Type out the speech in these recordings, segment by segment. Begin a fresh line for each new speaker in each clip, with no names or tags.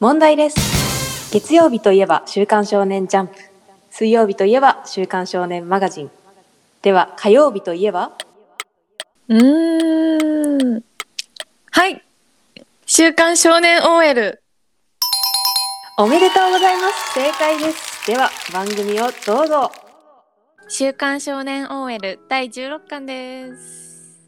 問題です月曜日といえば「週刊少年ジャンプ」水曜日といえば「週刊少年マガジン」では火曜日といえば
うーん。はい。週刊少年 OL。
おめでとうございます正解ですでは番組をどうぞ
週刊少年 OL 第16巻です。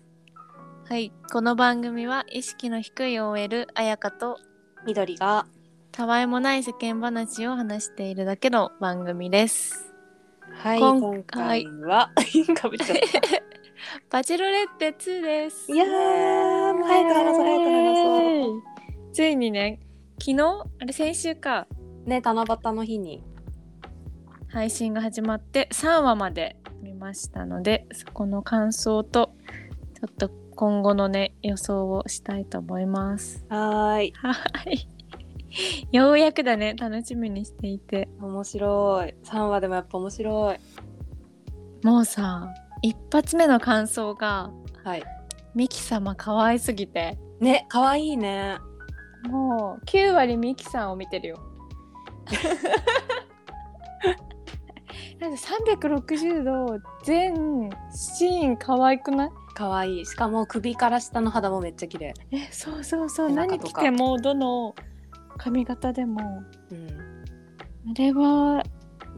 はい。この番組は意識の低い OL 彩香と
緑が
たわいもない世間話を話しているだけの番組です。
はい
今
今回は かぶっちゃった
バチェロレッテ2です。
いや ーもう早く話そう早く話そう
う。ついにね、昨日あれ先週か
ね七夕の日に
配信が始まって3話まで見ましたので、そこの感想とちょっと今後のね予想をしたいと思います。
はーい
はい。 ようやくだね楽しみにしていて
面白い三話でもやっぱ面白い
もうさ一発目の感想が
はい
ミキ様可愛すぎて
ね可愛いね
もう9割ミキさんを見てるよ。 なんで360度全シーン可愛くない
可愛いしかも首から下の肌もめっちゃ綺麗
えそうそうそう
背中
何
と
着
か
てもどの髪型でも
うん
あれは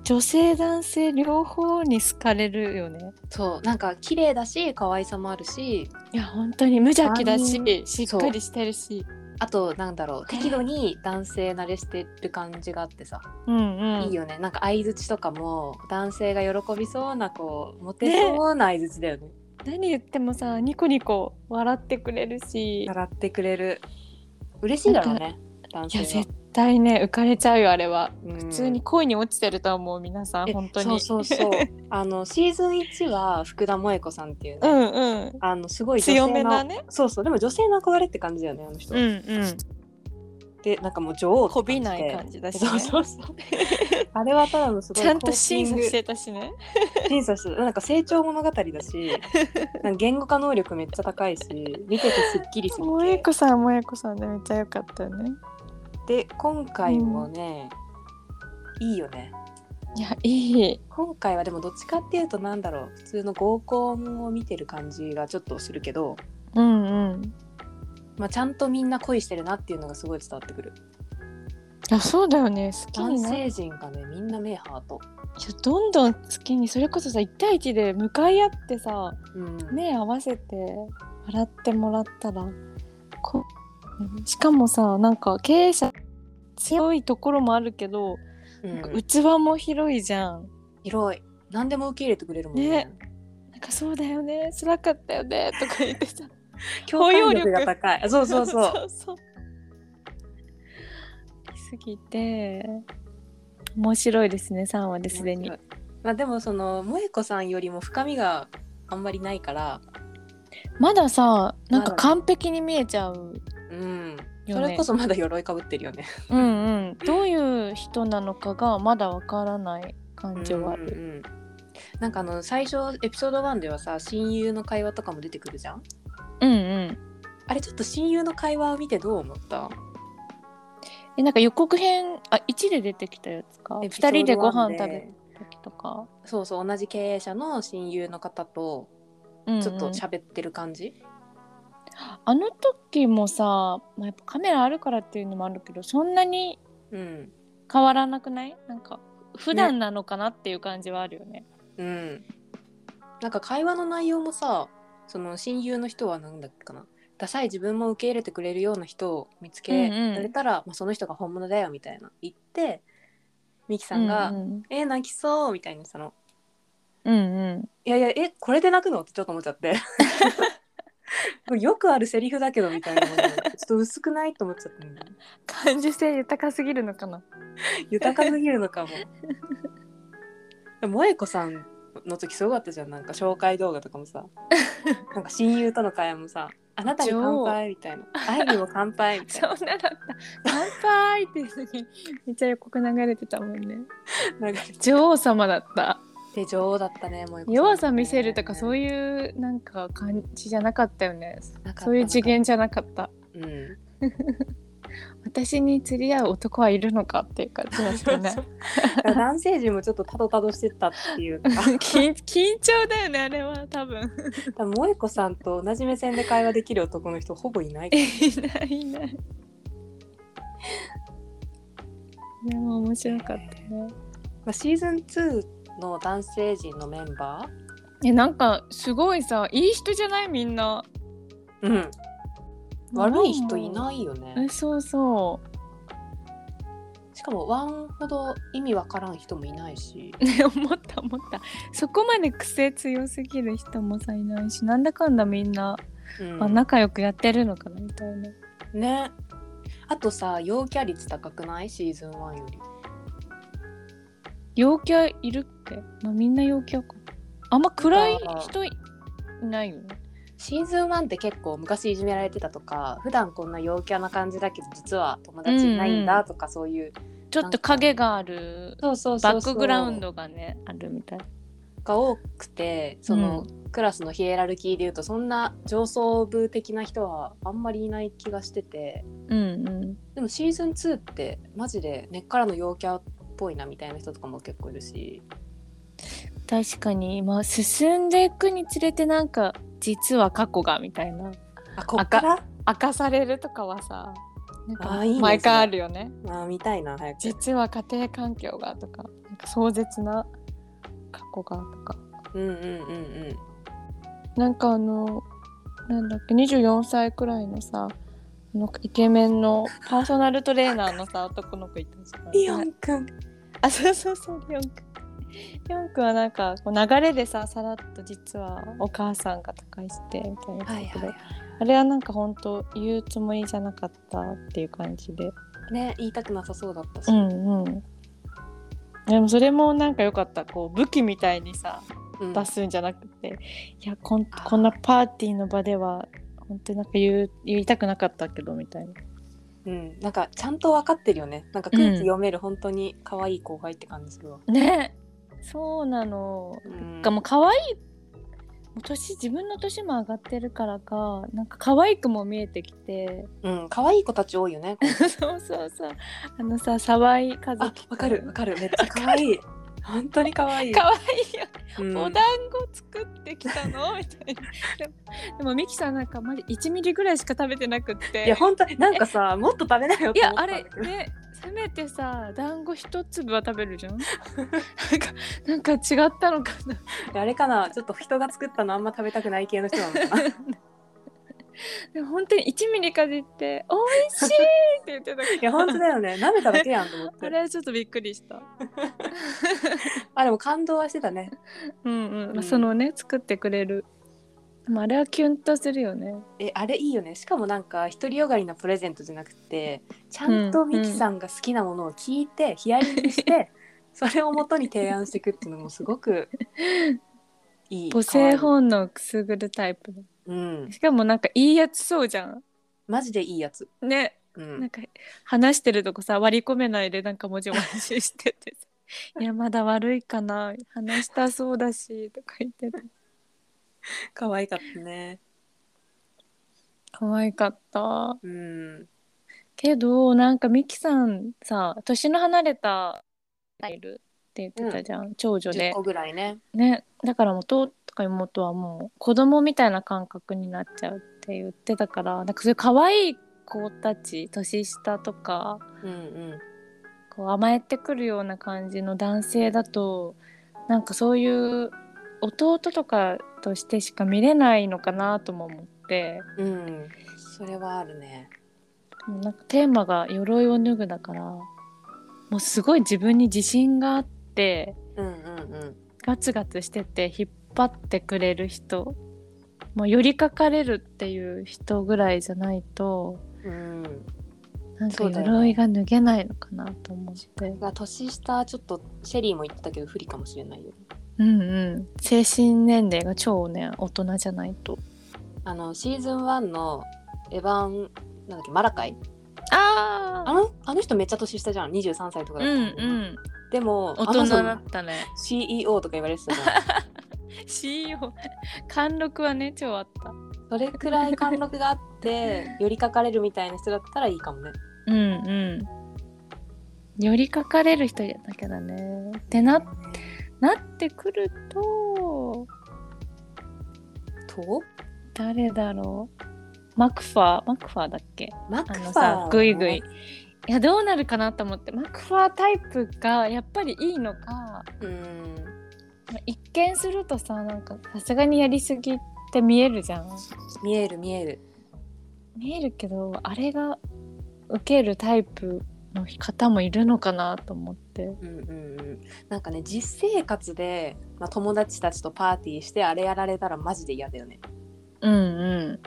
女性男性両方に好かれるよね
そうなんか綺麗だし可愛さもあるし
いや本当に無邪気だ
あ
し
の
しっかりしてるし
あとなんだろう適度に男性慣れしてる感じがあってさ、
うんうん
いいよねなんか相づちとかも男性が喜びそうなこうモテそうな相づちだよね
何言ってもさニコニコ笑ってくれるし
習ってくれる嬉しいだろうね男
い
性
や
は
絶対ね浮かれちゃうよあれは、
うん
普通に恋に落ちてると思う皆さん
え
本当に
そうそう そうあのシーズン1は福田萌子さんっていう、ね
んうん
あのすごい女性の
強めなね
そうそうでも女性の憧れって感じだよねあの人、
うんうん
でなんかもう女王って感
こ
じ
び
で
ない感じだし、ね、
そうそう そうあれはただのすごい
ちゃん
コ
と
ーチ
審
ン
査
グ
してたしね
審査してなんか成長物語だ しなんか言語化能力めっちゃ高いし見ててすっきりする
萌子さん萌子さんでめっちゃ良かったよね
で今回もね、いいよね
いやいい
今回はでもどっちかっていうとなんだろう普通の合コンを見てる感じがちょっとするけど、
うんうん
まあ、ちゃんとみんな恋してるなっていうのがすごい伝わってくる
いやそうだよね好き
男
になるいや
性陣がねみんな目ハート、
どんどん好きにそれこそさ1対1で向かい合ってさ
うん
目合わせて笑ってもらったらこしかもさなんか経営者強いところもあるけど、
う
なん
ん
か器も広いじゃん
広い何でも受け入れてくれるもんね
ねなんかそうだよね辛かったよねとか言ってさ
共感力
包容
が
力
高いそうそうそう
そうそうすぎて面白いですね3話ですでに
面白い。まあでもその萌子さんよりも深みがあんまりないから、
まださなん
まだ
か
ね
完璧に見えちゃう
うん、
よね
それこそまだ鎧かぶってるよね。
うんうんどういう人なのかがまだわからない感じはあ
うんう
る、
んうんなんかあの最初エピソード1ではさ親友の会話とかも出てくるじゃん
うん、うん
あれちょっと親友の会話を見てどう思った
えなんか予告編あ1で出てきたやつか
エ
2
ピソード
人でご
1
飯食べた時とか、
そうそう同じ経営者の親友の方と
うんうん
ちょっと喋ってる感じ、
あの時もさ、まあ、やっぱカメラあるからっていうのもあるけどそんなに
うん
変わらなくないなんか普段なのかなっていう感じはあるよね。
うん、なんか会話の内容もさその親友の人は何だっけかなダサい自分も受け入れてくれるような人を見つけ
うんうん
られたら、まあ、その人が本物だよみたいな言ってミキさんが「
うん
え泣きそう」みたいにしたの
うんうん
「いやいやえこれで泣くの?」ってちょっと思っちゃ ってこれよくあるセリフだけどみたいなのがちょっと薄くないと思っちゃったんだよね
感受性豊かすぎるのかな。
豊かすぎるのかもでも萌子さんの時すごかったじゃんなんか紹介動画とかもさなんか親友との会話もさ「あなたに乾杯」みたいな「愛にも乾杯」みたいな
そんなだった。乾杯っていう時めっちゃ予告流れてたもんね。
なんか
女王様だった。
で女王だったね萌子
弱さ見せるとかそう
いう
いうなんか感じじゃなかったよね。
なかった
そういう次元じゃなかった。
うん
私に釣り合う男はいるのかっていう感じなんですよ ね
男性陣もちょっとたどたどしてたっていう か
緊緊張だよねあれは多分
多分萌子さんと同じ目線で会話できる男の人ほぼいないから
いないいないでも面白かったね
まあシーズン2の男性陣のメンバー
えなんかすごいさいい人じゃないみんな
うん悪い人いないよね、
えそうそう
しかもワンほど意味わからん人もいないし
ね思った思ったそこまで癖強すぎる人もさいないしなんだかんだみんな、
うん
まあ、仲良くやってるのかなみたいな
ねあとさ陽キャ率高くないシーズン1より
陽キャいるっけ、まあ、みんな陽キャかあんま暗い
なんか
人いないよね
シーズン1って結構昔いじめられてたとか普段こんな陽キャな感じだけど実は友達いないんだとかそういう、
ちょっと影がある
そうそうそう
バ
そう
ックグラウンドがねあるみたい
が多くてその、クラスのヒエラルキーでいうとそんな上層部的な人はあんまりいない気がしてて
うんうん
でもシーズン2ってマジで根っからの陽キャっぽいなみたいな人とかも結構いるし
確かに今進んでいくにつれてなんか実は過去がみたいな
あこっから
明かされるとかはさなん
あーいいね
か毎回あるよね
あ見たいな早く
実は家庭環境がとかなんか壮絶な過去がとか
うんうんうん
なんかあのなんだっけ24歳くらいのさあのイケメンのパーソナルトレーナーのさ男の子いたじゃ
うんんリオンくん
あそうそうそうリオンくんリオンくんはなんかこう流れでささらっと実はお母さんが他界してみたいな
はい
こ
はい
とで、
は
あれはなんか本当言うつもりじゃなかったっていう感じで
いね言いたくなさそうだったし、
うんうんでもそれもなんか良かったこう武器みたいにさ
うん
出すんじゃなくて、いやこん
あー
こんなパーティーの場では本当になんか言う言いたくなかったけどみたいな
うん、なんかちゃんと分かってるよねなんか空気読める、本当に可愛い後輩って感じするわ、
ねそうなの
うん
かもう可愛いもう年自分の年も上がってるからかなんか可愛くも見えてきて
うん、可愛い子たち多いよねこう
そうそうそうあのさ沢井和
あ
樹
分かる分かるめっちゃ可愛い本当に可愛い
可愛いよ
うん
お団子作ってきたのみたいな でもでもミキさんなんかまり1ミリぐらいしか食べてなくって
いや本当になんかさもっと食べなよっ
い
て
や
思った
あ
んだ
れ
けど
ねせめてさ団子一粒は食べるじゃ んなんかなんか違ったのかな
あれかなちょっと人が作ったのあんま食べたくない系の人なのか ない
でも本当に1ミリかじって「美味しい!」って言ってたから
や本当だよね舐めただけやんと思っ
あ
て
れはちょっとびっくりした
あでも感動はしてたね
うんうん、
うん
そのね作ってくれるでもあれはキュンとするよね
えあれいいよねしかもなんか独りよがりなプレゼントじゃなくてちゃんとミキさんが好きなものを聞いて、ヒアリングして それをもとに提案していくっていうのもすごくいい
母性本能くすぐるタイプの
可愛いうん
しかもなんかいいやつそうじゃん
マジでいいやつ、
ね
う
なん
ん、
か話してるとこさ割り込めないでなんかもじもじしてて さ「いやまだ悪いかな話したそうだし」とか言ってて
可愛かったね
可愛かった
うん
けどなんかミキさんさ年の離れたいるって言ってたじゃん、長女
10
で
個ぐらいね
ねだからもう弟とか妹はもう子供みたいな感覚になっちゃうって言ってたからなんかそういう可愛い子たち年下とか
うんうん
こう甘えてくるような感じの男性だとなんかそういう弟とかとしてしか見れないのかなとも思って
うんそれはあるね
なんかテーマが「鎧を脱ぐ」だからもうすごい自分に自信があって
うんうんうん
ガツガツしてて引っ張ってくれる人もう寄りかかれるっていう人ぐらいじゃないと
うん、
なんか
そうだよね
鎧が脱げないのかなと思って。
まあ年下ちょっとシェリーも言ってたけど不利かもしれないよ
うんうん、精神年齢が超ね大人じゃないと
あのシーズン1のエヴァンなんだっけマラカイ
あ
あのあの人めっちゃ年下じゃん23歳とかだ
う
っ
ん
た
う
のに、
ん
でも
大人だったね
Amazon CEO とか言われてたじゃん
CEO 貫禄はね超あった
それくらい貫禄があって寄りかかれるみたいな人だったらいいかもね
うんうん。寄りかかれる人じゃなきゃだね。ってななってくると
と
誰だろうマクファーマクファーだっけ
マ
あ
クファ
の
ー
さグイグイ。いやどうなるかなと思ってマクファータイプがやっぱりいいのか
うん
まあ一見するとさなんかさすがにやりすぎって見えるじゃん
見える見える
見えるけどあれが受けるタイプの方もいるのかなと思って
うんうんうんなんかね実生活で、まあ、友達たちとパーティーしてあれやられたらマジで嫌だよね
うんうん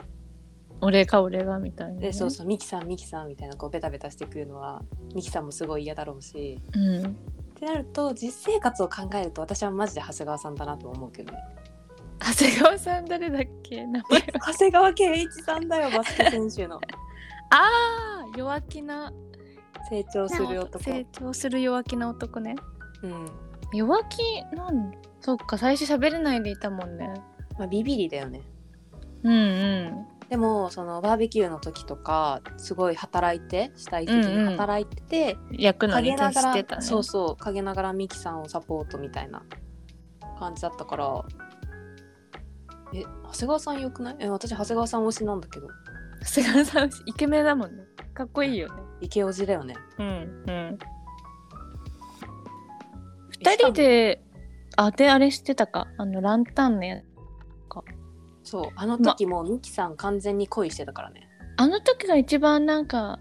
俺か俺がみたいなね、
でそうそうミキさんミキさんみたいなこうベタベタしてくるのはミキさんもすごい嫌だろうし
うん
ってなると実生活を考えると私はマジで長谷川さんだなと思うけどね
長谷川さん誰だっけ名前は
長谷川圭一さんだよバスケ選手の
あー弱気な
成長する男
成長する弱気な男ね
うん
弱気なんそっか最初喋れないでいたもんね
まあ、ビビリだよね
うんうん
でもそのバーベキューの時とかすごい働いて主体的に働いてて、
焼くのに
陰
徹
なが
してた
ら、
ね
そうそう陰ながらミキさんをサポートみたいな感じだったからえ長谷川さんよくないえ私長谷川さん推しなんだけど
長谷川さんイケメンだもんねかっこいいよね
イケオジだよね
うんうん2人であであれしてたかあのランタンのやつ
そうあの時もうミキさん完全に恋してたからね、
あの時が一番なんか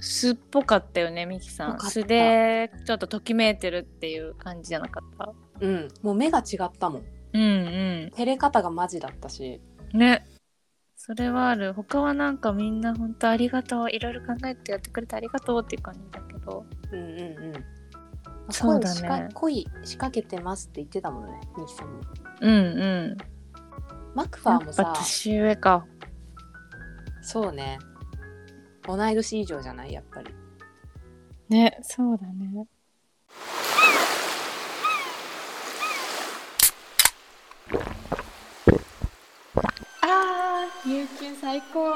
素っぽかったよねミキさ
ぽ
ん
かった
素でちょっとときめいてるっていう感じじゃなかった
うんもう目が違ったもん
うんう
照れ方がマジだったし
んねそれはある他はなんかみんな本当ありがとういろいろ考えてやってくれてありがとうっていう感じだけど
うんうんうん
そうだね
恋仕掛恋仕掛けてますって言ってたもんねミキさんも
うんうん
マクフ
や
ァ
っ
ーも
ぱ
さ
年上か
そうね同い年以上じゃないやっぱり
ねそうだねあー有給最高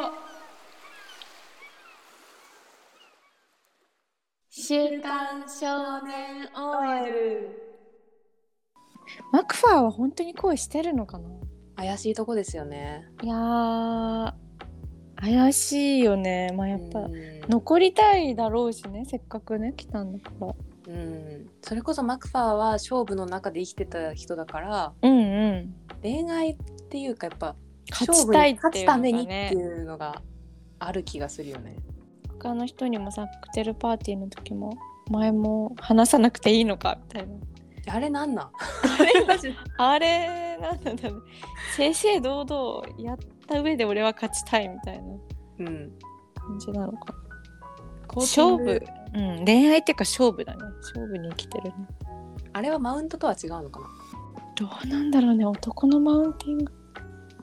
週刊少年 OL マクファーは本当に恋してるのかな
怪しいとこですよね
いやー怪しいよねまあやっぱ、
うん
残りたいだろうしねせっかくね来たんだから
うん、それこそマクファーは勝負の中で生きてた人だから
うんうん
恋愛っていうかやっぱ
勝ちたいっ
勝負
て
に勝つため
いうのが
にって
ね
いうのがある気がするよね。
他の人にもさカクテルパーティーの時も前も話さなくていいのかみたいな
あれなんなんあれマジで
あれなんだろうね正々堂々やった上で俺は勝ちたいみたいな
うん、
感じなのか
コーティ
勝
ング
負、うん、恋愛っていうか勝負だね勝負に生きてるね
あれはマウントとは違うのかな
どうなんだろうね男のマウンティング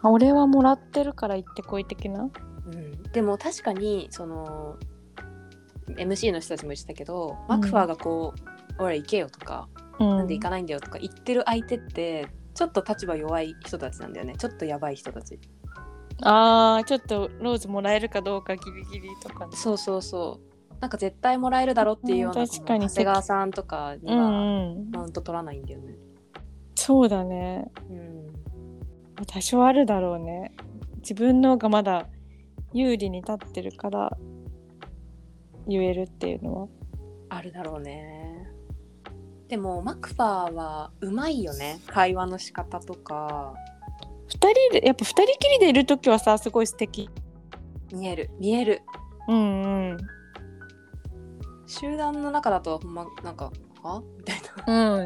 あ俺はもらってるから行ってこい的な
うん、でも確かにその MC の人たちも言ってたけど、マクファーがこう「俺行けよ」とか「
な
なんで行かないんだよ」とか言ってる相手ってちょっと立場弱い人たちなんだよねちょっとやばい人たち。
あーちょっとローズもらえるかどうかギリギリとかね
そうそうそうなんか絶対もらえるだろうっていうような、
うん確かに
この長谷川さんとかに
う
は
ん、うん、
マウント取らないんだよね。
そうだね
うん
多少あるだろうね自分のがまだ有利に立ってるから言えるっていうのは
あるだろうね。でもマクファーはうまいよね会話の仕方とか
二人でやっぱ二人きりでいる時はさすごい素敵
見える見える
うんうん
集団の中だとほんまなんか「は?」みたいな。
うん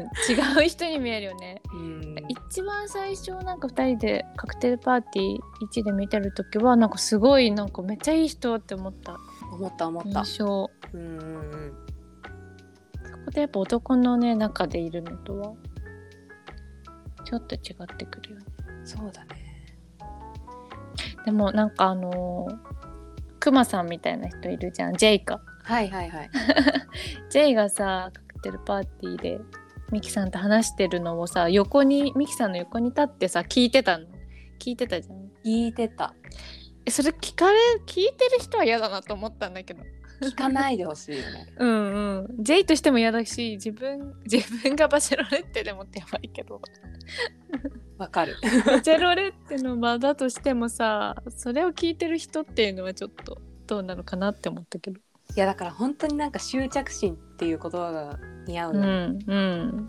違う人に見えるよね
うん
一番最初なんか2人でカクテルパーティー1で見てる時はなんかすごいなんかめっちゃいい人って思った
思った思った。
印象
うんうんうん
そこでやっぱ男のね中でいるのとはちょっと違ってくるよね
そうだね。
でもなんかあのークマさんみたいな人いるじゃんジェイか
はいはいはい。
ジェイがさカクテルパーティーでミキさんと話してるのをさ横にミキさんの横に立ってさ聞いてたの聞いてたじゃん
聞いてた。
えそれ聞かれ聞いてる人は嫌だなと思ったんだけど
聞かないでほしいよね
うんうん J としても嫌だし自分 自分がバチェロレッテでもってやばいけど
わかる
バチェロレッテの場だとしてもさそれを聞いてる人っていうのはちょっとどうなのかなって思ったけど
いやだから本当になんか執着心っていう言葉が似合う
う
の、
んうん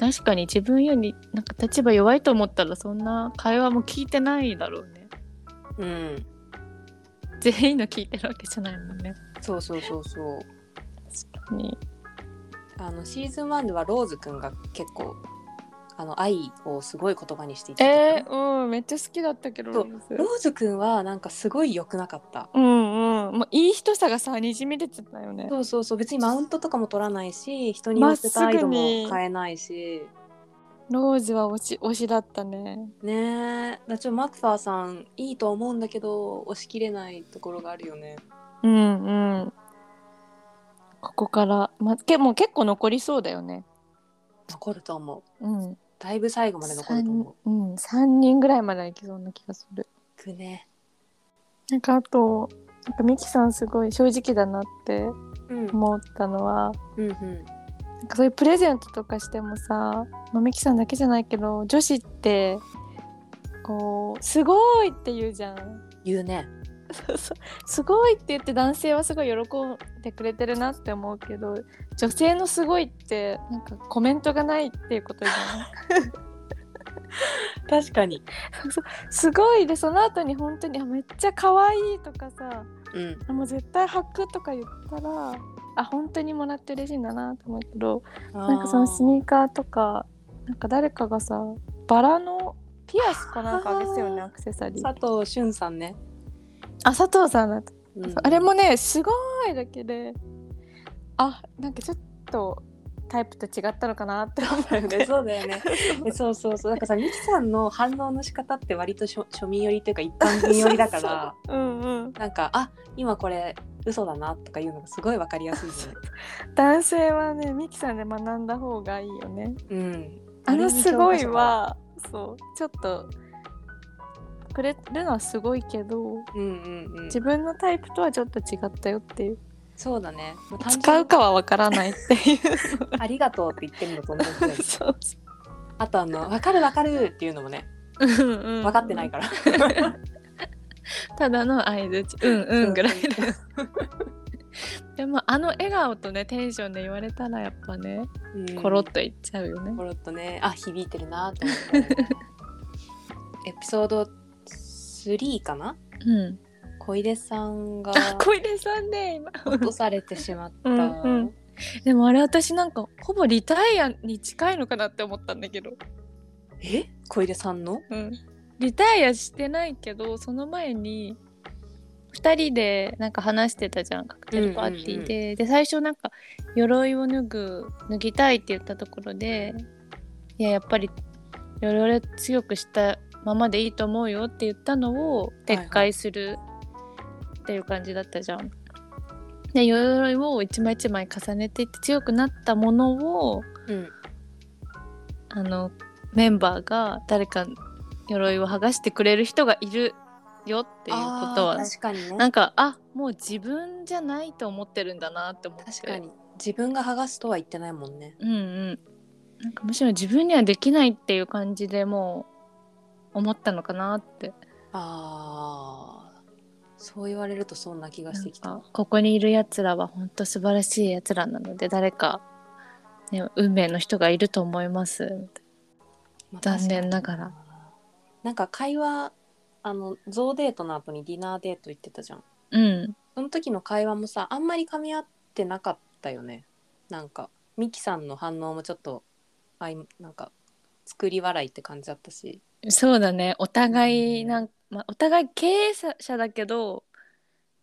確かに自分よりなんか立場弱いと思ったらそんな会話も聞いてないだろうね
うん、
全員の聞いてるわけじゃないもんね
そうそうそうそう
確かに
あのシーズン1ではローズくんが結構あの愛をすごい言葉にしていたけど
えー、うんめっちゃ好きだったけど
そう
ローズ
ローズくんはなんかすごい良くなかった
うんうんもういい人さがさにじみ出てたよね
そうそうそう別にマウントとかも取らないし人に寄せた態度も変えないし
ローズは推し推しだったね
ねえだからちょっとマクファーさんいいと思うんだけど押し切れないところがあるよね
うんうんここから、ま、けもう結構残りそうだよね
残ると思う
うん
だいぶ最後まで残ると思
三うん、3人ぐらいまではいきそうな気がする
うくね
なんかあとなんかミキさんすごい正直だなって
うんうん
思ったのは
うん
なんかそういうプレゼントとかしてもさ、まあ、ミキさんだけじゃないけど女子ってこう「すごい!」って言うじゃん。
言うね
そうそうすごいって言って男性はすごい喜んでくれてるなって思うけど女性の「すごい」ってなんかコメントがないっていうことじゃん。
確かに
すごいでその後に本当にあめっちゃ可愛いとかさ
うん
もう絶対履くとか言ったらあ本当にもらって嬉しいんだなと思うけどなんかそのスニーカーとかなんか誰かがさバラのピアスかなんかあげてたよね
あー
アクセサリー
佐藤俊さんね、
あ佐藤さんだった、
うん
あれもねすごいだけであなんかちょっとタイプと違ったのかなって思
そう
っ
だよ
て
ね そうだよね。えそうそうそう。なんかさ、ミキさんの反応の仕方って割としょ庶民寄りっていうか一般人寄りだから、
そうそううんうん
なんか、あ今これ嘘だなとかいうのがすごいわかりやすいじ
男性はねミキさんで学んだ方がいいよね
ゃん。うん。
あのすごいはそうちょっとくれるのはすごいけど
うんうんうん
自。分のタイプとはちょっと違ったよっていう
そうだね。まあ単純に
使うかはわからないっていう
ありがとうって言ってるのと同じだよね
そうそ
あとあの、わかるわかるっていうのもね、
う、うんうん、
分かってないから。
ただの相づちうん
そう
う
そ
ん
う
ぐらいだよでもあの笑顔とねテンションで言われたらやっぱね
うん
コロッといっちゃうよね
コロッとね、あ、響いてるなと思って、ね。エピソード3かな
うん
小出さんが。
あ小出さんね今
落とされてしまった。
うんうんでもあれ私なんかほぼリタイアに近いのかなって思ったんだけど
え小出さんの
うん、リタイアしてないけどその前に2人でなんか話してたじゃんカクテルパーティーで、で最初なんか鎧を脱ぐ脱ぎたいって言ったところでいややっぱり鎧を強くしたままでいいと思うよって言ったのを
はいはい
撤回するっていう感じだったじゃん。で鎧を一枚一枚重ねていって強くなったものを
うん。
あのメンバーが誰か鎧を剥がしてくれる人がいるよっていうことは
あー確かに
な
ね。
んかあもう自分じゃないと思ってるんだなって思って
確かに。自分が剥がすとは言ってないもんね。
うんうんなんかむしろ自分にはできないっていう感じでもう思ったのかなって
ああ。そう言われるとそんな気がしてき
な
た
ん。かここにいるやつらは本当素晴らしいやつらなので誰か、ね、運命の人がいると思いますみたい
まあ
残念ながら。
確かになんか会話、あの、ゾウデートの後にディナーデート行ってたじゃん。
なうん
その時の会話もさ、あんまり噛み合ってなかったよね。なんか、ミキさんの反応もちょっと、あいなんか、作り笑いって感じだったし。
そうだねお互い
うん
なん、まあ、お互い経営者だけど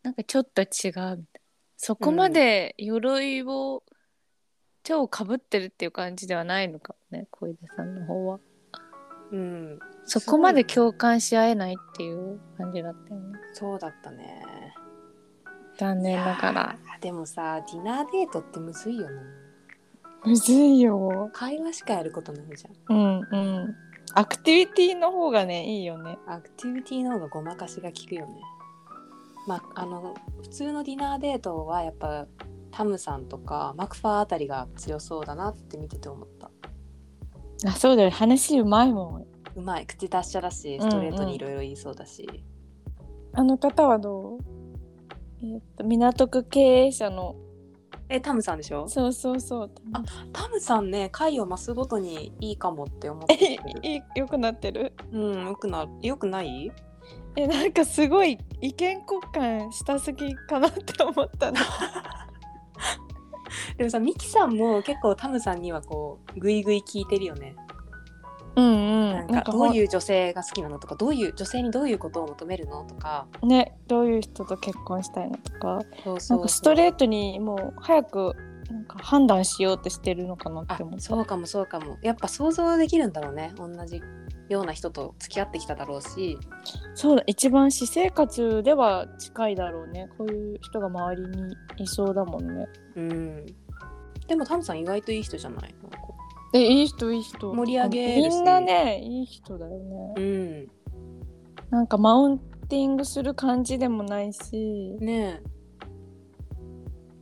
なんかちょっと違うみたいなそこまで鎧を超かぶってるっていう感じではないのかもね小出さんの方は
うん。
そこまで共感し合えないっていう感じだったよね
そうだったね。
残念ながら
いやーでもさディナーデートってむずいよな
むずいよ
会話しかやることないじゃん
うんうんアクティビティの方がねいいよね
アクティビティの方がごまかしが効くよねまあ、あの普通のディナーデートはやっぱタムさんとかマクファーあたりが強そうだなって見てて思った
あそうだよ話うまいもん
うまい口達者だしストレートにいろいろ言いそうだし、
あの方はどうえっと港区経営者の
えタムさんでしょ
そうそうそう
あタムさんね回を増すごとにいいかもって思って
え
る
いい良くなってる
うんよくなよくない
えなんかすごい意見交換したすぎかなって思ったの
でもさミキさんも結構タムさんにはこうグイグイ聞いてるよね
うん
なん
なん
か
か
どう
う
いう女性が好きなのとかどういう女性にどういうことを求めるのとか
ねどういう人と結婚したいのとか
そう
な
そ
んか
う
ス
そ
ト
う
レートにもう早くなんか判断しようってしてるのかなっ
あ
て思った
そうかもそうかもやっぱ想像できるんだろうね同じような人と付き合ってきただろうし
そうだ一番私生活では近いだろうねこういう人が周りにいそうだもんね
うんでもタムさん意外といい人じゃないなんか
えいい人いい人
盛り上げるし
みんなねいい人だよ
う
ね
ん
なんかマウンティングする感じでもないし、
ねえ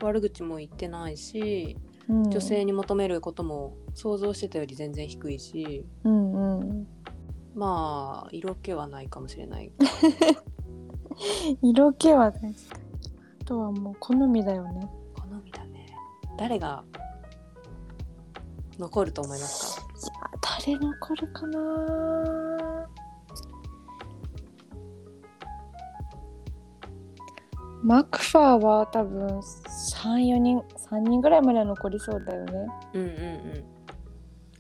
悪口も言ってないし
うん
女性に求めることも想像してたより全然低いし
うんうん
まあ色気はないかもしれない
色気は確かにあとはもう好みだよね
好みだね誰が残ると思いますか
いや誰残るかなマクファーは多分34人3人ぐらいまでは残りそうだよね
うんうんうん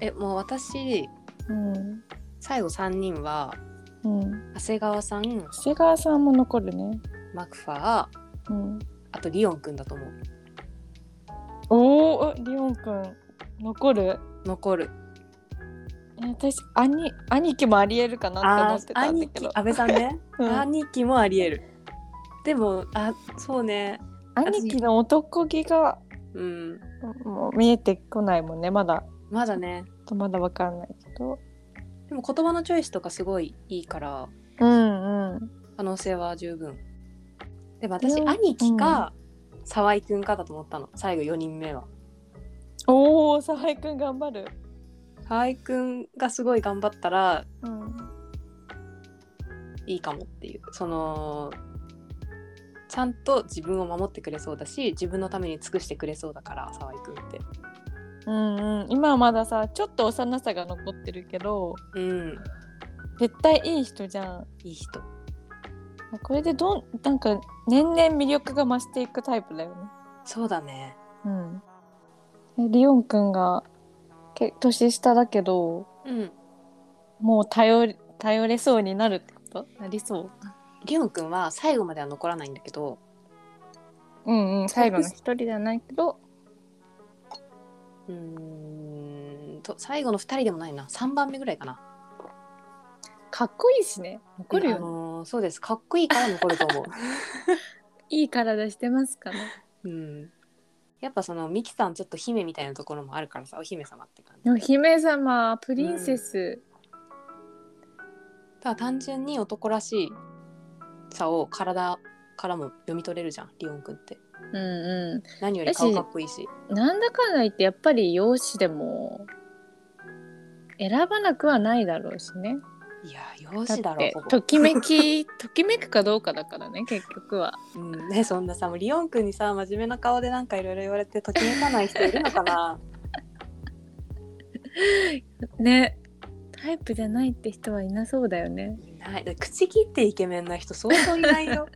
えもう私
うん
最後3人は
うん
長谷川さん
長谷川さんも残るね
マクファーあ
うん
とリオンくんだと思う
おおリオンくん残る
残る
え私兄兄貴もありえるかなって思ってたんだ
兄
け
貴
ど
安倍さん ね、
うん
兄貴もありえるでもあそうね
兄貴の男気が
うん
もう見えてこないもんねまだ
まだね
まだわかんないけど
でも言葉のチョイスとかすごいいいから
うんうん
可能性は十分でも私
うん
兄貴か沢井くんかだと思ったの最後4人目は
おお沢井くん頑張る、
河合くんがすごい頑張ったら
うん、
いいかもっていうそのちゃんと自分を守ってくれそうだし自分のために尽くしてくれそうだから沢井くんって
うんうん今はまださちょっと幼さが残ってるけど
うん
絶対いい人じゃん
いい人
これでどんなんか年々魅力が増していくタイプだよね
そうだね
うんでリオンくんがけ年下だけど
うん
もう頼り頼れそうになるってことなりそう
リオンくんは最後までは残らないんだけど
うんうん
最後の
一人じゃないけど
うーんと最後の2人でもないな3番目ぐらいかな
かっこいいしね残るよ
あ
ね、
のーそうですかっこいいから残ると思う
いい体してま すから
うん、やっぱそのミキさんちょっと姫みたいなところもあるからさお姫様って感じ
お姫様プリンセス、
ただ単純に男らしいさを体からも読み取れるじゃんリオンくんって
うんうん
何より顔かっこいいし
なんだかんだ言ってやっぱり容姿でも選ばなくはないだろうしね。
いや容姿だ
っ
ろ
て
ほぼ
ときめき ときめくかどうかだからね結局は。
うんね、そんなさもうリオンくんにさ真面目な顔でなんかいろいろ言われてときめかない人いるのか な
ねタイプじゃないって人はいなそうだよね。
いないだ口切ってイケメンな人そうそういない よ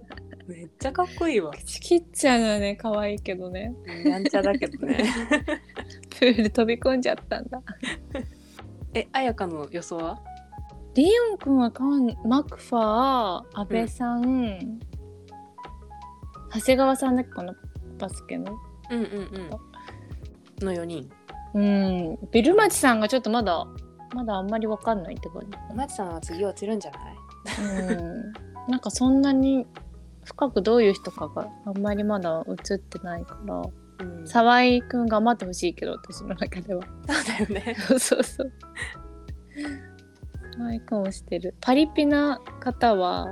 めっちゃかっこいいわ
口切っちゃうのはね可愛いけどね。
やんちゃだけどね
プール飛び込んじゃったんだ。
えあやかの予想は
リオン君はかんマクファー安倍さん、長谷川さんだっけかなバスケの。
うんうんうんの4人
うん、ビルマチさんがちょっとまだまだあんまりわかんないって感
マチさんは次落ちるんじゃない
じ、うん、 なんかそんなに深くどういう人かがあんまりまだ映ってないから
うんそう
沢井くん頑張ってほしいけど私の中では
だよね。
そうそうそう沢井くんをしてるパリピな方は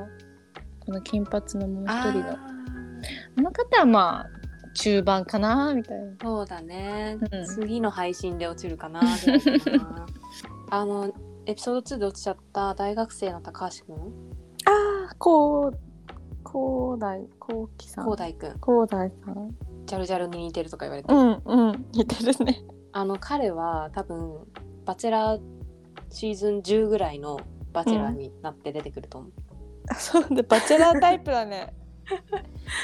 この金髪のもう一
あ
人の
ー
あの方はまあ中盤かなみたいな
そうだね、
うん
次の配信で落ちるかなぐらいか なあのエピソード2で落ちちゃった大学生の高橋くん
ああこうこうだいこうきさ
高大くん
こうだいさん
ジャルジャルに似てるとか言われて、
うんうん似てるね
あの彼は多分バチェラーシーズン10ぐらいのバチェラーになって出てくると思う、
あそうでバチェラータイプだね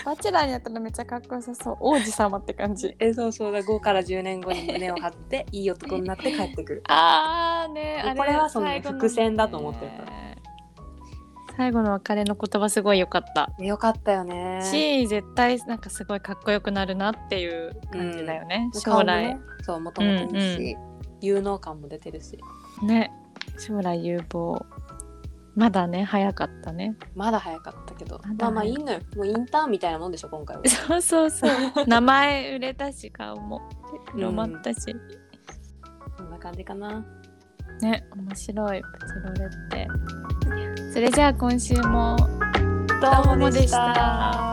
バチェラーになったらめっちゃかっこよさそう王子様って感じ
えそうそうだ5から10年後に胸を張っていい男になって帰ってくる
ああね
これはその伏線だと思ってるから
最後の別れの言葉すごい良かった
よかったよね
し絶対なんかすごいかっこよくなるなっていう感じだよね、
顔
将
もね
来
そうもともといいし、有能感も出てるし
ね将来有望まだね早かったね
まだ早かったけど
まだ早い
まあまあいいのよもうインターンみたいなもんでしょ今 回は
そうそうそう 名前売れたし顔も広まったし、
こんな感じかな
ね面白いプチロレってそれじゃあ今週も
ど
うもでした